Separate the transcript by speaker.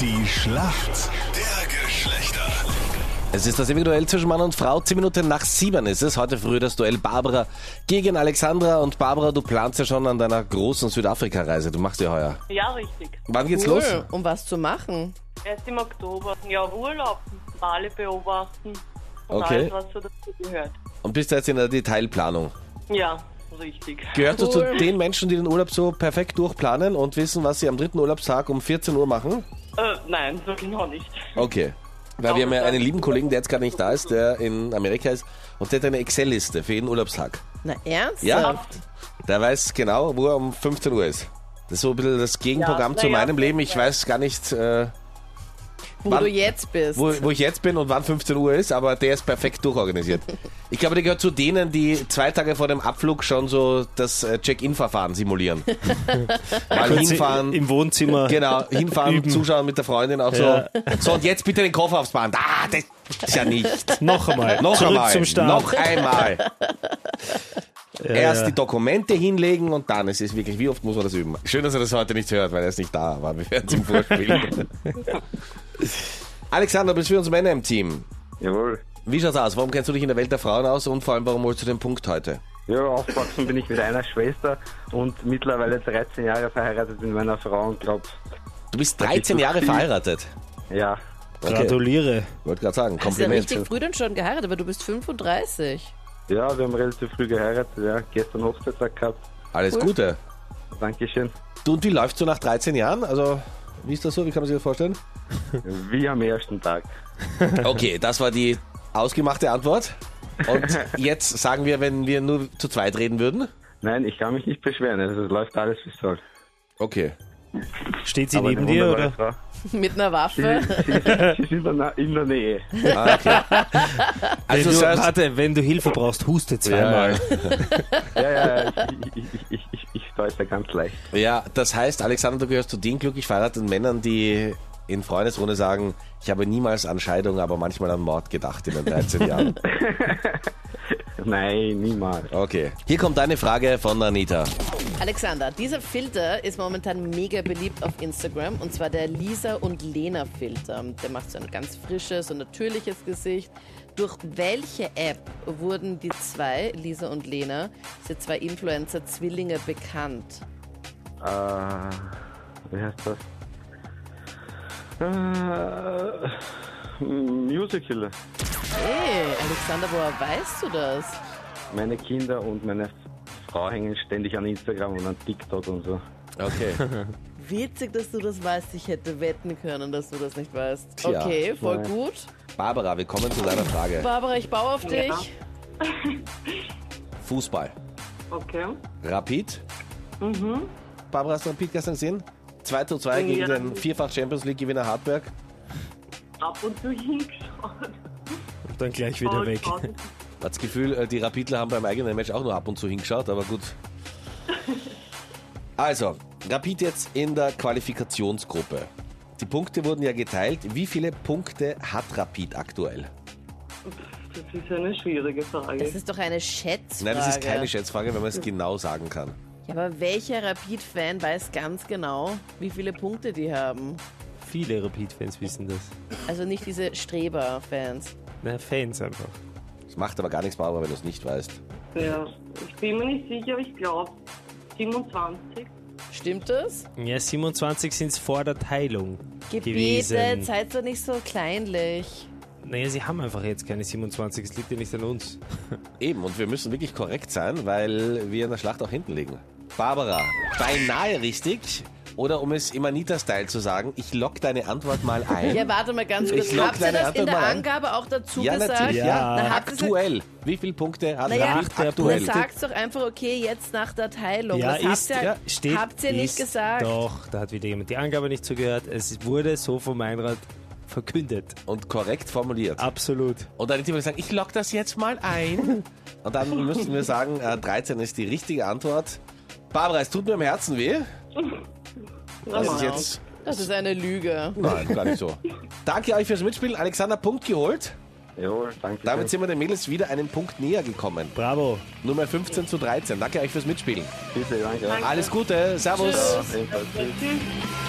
Speaker 1: Die Schlacht der Geschlechter.
Speaker 2: Es ist das ewige Duell zwischen Mann und Frau. Zehn Minuten nach sieben ist es. Heute früh das Duell Barbara gegen Alexandra. Und Barbara, du planst ja schon an deiner großen Südafrika-Reise. Du machst ja heuer.
Speaker 3: Ja, richtig.
Speaker 2: Wann geht's los?
Speaker 4: Cool. Um was zu machen?
Speaker 3: Erst im Oktober. Ja, Urlaub, Wale beobachten und
Speaker 2: Okay.
Speaker 3: alles, was so dazu gehört.
Speaker 2: Und bist du jetzt in der Detailplanung?
Speaker 3: Ja, richtig.
Speaker 2: Gehörst du zu
Speaker 4: Cool.
Speaker 2: den Menschen, die den Urlaub so perfekt durchplanen und wissen, was sie am dritten Urlaubstag um 14 Uhr machen?
Speaker 3: Äh, nein, so genau nicht.
Speaker 2: Okay. Weil wir haben ja einen lieben Kollegen, der jetzt gerade nicht da ist, der in Amerika ist, und der hat eine Excel-Liste für jeden Urlaubstag.
Speaker 4: Na, ernsthaft?
Speaker 2: Ja. Der weiß genau, wo er um 15 Uhr ist. Das ist so ein bisschen das Gegenprogramm
Speaker 3: Ja,
Speaker 2: zu
Speaker 3: na ja,
Speaker 2: meinem Leben. Ich weiß gar nicht, äh,
Speaker 4: Wo
Speaker 2: Wann-
Speaker 4: du jetzt bist.
Speaker 2: wo, wo ich jetzt bin und wann 15 Uhr ist, aber der ist perfekt durchorganisiert. Ich glaube, der gehört zu denen, die zwei Tage vor dem Abflug schon so das äh, Check-in-Verfahren simulieren. Mal
Speaker 5: Kurz
Speaker 2: hinfahren.
Speaker 5: Im Wohnzimmer.
Speaker 2: Genau, hinfahren,
Speaker 5: Üben.
Speaker 2: zuschauen mit der Freundin auch
Speaker 5: Ja.
Speaker 2: so. So, und jetzt bitte den Koffer aufs Band. Ah, das ist ja nicht.
Speaker 5: Noch einmal.
Speaker 2: Noch
Speaker 5: Zurück
Speaker 2: einmal.
Speaker 5: zum Start.
Speaker 2: Noch einmal. Erst
Speaker 5: ja.
Speaker 2: die Dokumente hinlegen und dann. Es ist wirklich, wie oft muss man das üben? Schön, dass er das heute nicht hört, weil er ist nicht da, aber wir werden es ihm vorspielen. Alexander, bist du für uns Männer im Team?
Speaker 6: Jawohl.
Speaker 2: Wie schaut's aus? Warum kennst du dich in der Welt der Frauen aus und vor allem, warum holst du den Punkt heute?
Speaker 6: Ja, aufgewachsen bin ich mit einer Schwester und mittlerweile 13 Jahre verheiratet mit meiner Frau und glaub,
Speaker 2: Du bist 13 Jahre verheiratet.
Speaker 6: ja,
Speaker 5: Gratuliere.
Speaker 2: Wollte gerade sagen,
Speaker 4: Hast du ja
Speaker 2: Kompliment.
Speaker 4: richtig früh dann schon geheiratet, aber du bist 35.
Speaker 6: ja, wir haben relativ früh geheiratet, ja, gestern Hochzeitstag gehabt.
Speaker 2: Alles Gute.
Speaker 6: Dankeschön.
Speaker 2: Du und wie läuft so nach 13 Jahren? Also, wie ist das so? Wie kann man sich das vorstellen?
Speaker 6: Wie am ersten Tag.
Speaker 2: Okay, das war die ausgemachte Antwort. Und jetzt sagen wir, wenn wir nur zu zweit reden würden.
Speaker 6: Nein, ich kann mich nicht beschweren, also es läuft alles wie es soll.
Speaker 2: Okay.
Speaker 5: Steht sie
Speaker 6: Aber
Speaker 5: neben
Speaker 6: eine
Speaker 5: dir
Speaker 6: wunderbare
Speaker 5: oder?
Speaker 6: Frau.
Speaker 4: Mit einer
Speaker 2: Mhm.
Speaker 4: Waffe.
Speaker 6: Sie sind in der, Na- in der Nähe.
Speaker 2: Ah, okay. Also,
Speaker 5: Wenn du,
Speaker 2: du hast,
Speaker 5: warte, wenn du Hilfe brauchst, huste
Speaker 2: ja,
Speaker 5: zweimal.
Speaker 6: Ja, ja, ja, ich, ich, ich, ich, ich, ich deute ganz leicht.
Speaker 2: ja, das heißt, Alexander, du gehörst zu den glücklich verheirateten Männern, die in Freundesrunde sagen, ich habe niemals an Scheidung, aber manchmal an Mord gedacht in den 13 Jahren.
Speaker 6: Nein, niemals.
Speaker 2: Okay. Hier kommt eine Frage von Anita.
Speaker 4: Alexander, dieser Filter ist momentan mega beliebt auf Instagram und zwar der Lisa und Lena Filter. Der macht so ein ganz frisches und natürliches Gesicht. Durch welche App wurden die zwei, Lisa und Lena, diese zwei Influencer-Zwillinge bekannt?
Speaker 6: Äh, wie heißt das? Äh, Musical.
Speaker 4: Hey, Alexander, woher weißt du das?
Speaker 6: Meine Kinder und meine Frau hängen ständig an Instagram und an TikTok und so.
Speaker 2: Okay.
Speaker 4: Witzig, dass du das weißt. Ich hätte wetten können, dass du das nicht weißt.
Speaker 2: Tja.
Speaker 4: okay, voll
Speaker 6: Nein.
Speaker 4: gut.
Speaker 2: Barbara, wir kommen zu deiner Frage.
Speaker 4: Barbara, ich baue auf dich.
Speaker 2: Fußball.
Speaker 3: Okay.
Speaker 2: Rapid. Barbara, hast du Rapid gestern gesehen? 2 zu 2 gegen
Speaker 3: Ja.
Speaker 2: den vierfach Champions League Gewinner Hartberg.
Speaker 3: Ab und zu hingeschaut.
Speaker 5: Und dann gleich wieder
Speaker 3: Und
Speaker 5: weg.
Speaker 3: draußen
Speaker 2: Hat das Gefühl, äh, die Rapidler haben beim eigenen Match auch nur ab und zu hingeschaut, aber gut. Also, Rapid jetzt in der Qualifikationsgruppe. Die Punkte wurden ja geteilt. Wie viele Punkte hat Rapid aktuell?
Speaker 3: Das ist eine schwierige Frage.
Speaker 4: Das ist doch eine Schätzfrage.
Speaker 2: Nein, das ist keine Schätzfrage, wenn man es genau sagen kann.
Speaker 4: Ja, aber welcher Rapid-Fan weiß ganz genau, wie viele Punkte die haben?
Speaker 5: Viele Rapid-Fans wissen das.
Speaker 4: Also nicht diese Streber-Fans.
Speaker 5: Na, Fans einfach.
Speaker 2: Das macht aber gar nichts, Barbara, wenn du es nicht weißt.
Speaker 3: Ja. Ich bin mir nicht sicher, aber ich glaube 27.
Speaker 4: Stimmt das?
Speaker 5: Ja, 27 sind es vor der Teilung
Speaker 4: Gebete,
Speaker 5: gewesen.
Speaker 4: seid doch nicht so kleinlich.
Speaker 5: Naja, sie haben einfach jetzt keine 27, es liegt ja nicht an uns.
Speaker 2: Eben, und wir müssen wirklich korrekt sein, weil wir in der Schlacht auch hinten liegen. Barbara, beinahe richtig. Oder um es im Anita-Style zu sagen, ich lock deine Antwort mal ein.
Speaker 4: Ja, warte mal ganz
Speaker 2: Ich
Speaker 4: kurz.
Speaker 2: lock
Speaker 4: Habt ihr
Speaker 2: deine
Speaker 4: das in
Speaker 2: Antwort
Speaker 4: der
Speaker 2: mal ein.
Speaker 4: Angabe auch dazu
Speaker 2: ja,
Speaker 4: gesagt?
Speaker 2: natürlich. Ja.
Speaker 5: Ja.
Speaker 4: Na, habt ihr's-
Speaker 2: Aktuell. Wie viele Punkte hat
Speaker 4: Naja,
Speaker 2: Rapid
Speaker 4: dann
Speaker 2: aktuell?
Speaker 4: sagt's doch einfach, okay, jetzt nach der Teilung.
Speaker 5: ja,
Speaker 4: das habt
Speaker 5: ist,
Speaker 4: ihr,
Speaker 5: ja, steht,
Speaker 4: habt ihr nicht
Speaker 5: ist
Speaker 4: gesagt.
Speaker 5: Doch, da hat wieder jemand die Angabe nicht zugehört. Es wurde so vom Meinrad verkündet.
Speaker 2: Und korrekt formuliert.
Speaker 5: Absolut.
Speaker 2: Und dann die Tipp sagen, ich lock das jetzt mal ein. Und dann müssen wir sagen, äh, 13 ist die richtige Antwort. Barbara, es tut mir im Herzen weh. Das ist jetzt.
Speaker 4: Das ist eine Lüge.
Speaker 2: Nein, gar nicht so. Danke euch fürs Mitspielen. Alexander, Punkt geholt.
Speaker 6: Jawohl, danke.
Speaker 2: Damit sind wir den Mädels wieder einen Punkt näher gekommen.
Speaker 5: Bravo.
Speaker 2: Nur mehr 15 zu 13. Danke euch fürs Mitspielen.
Speaker 6: Bitte, danke.
Speaker 2: Alles Gute. Servus.
Speaker 6: Ebenfalls.
Speaker 3: Tschüss.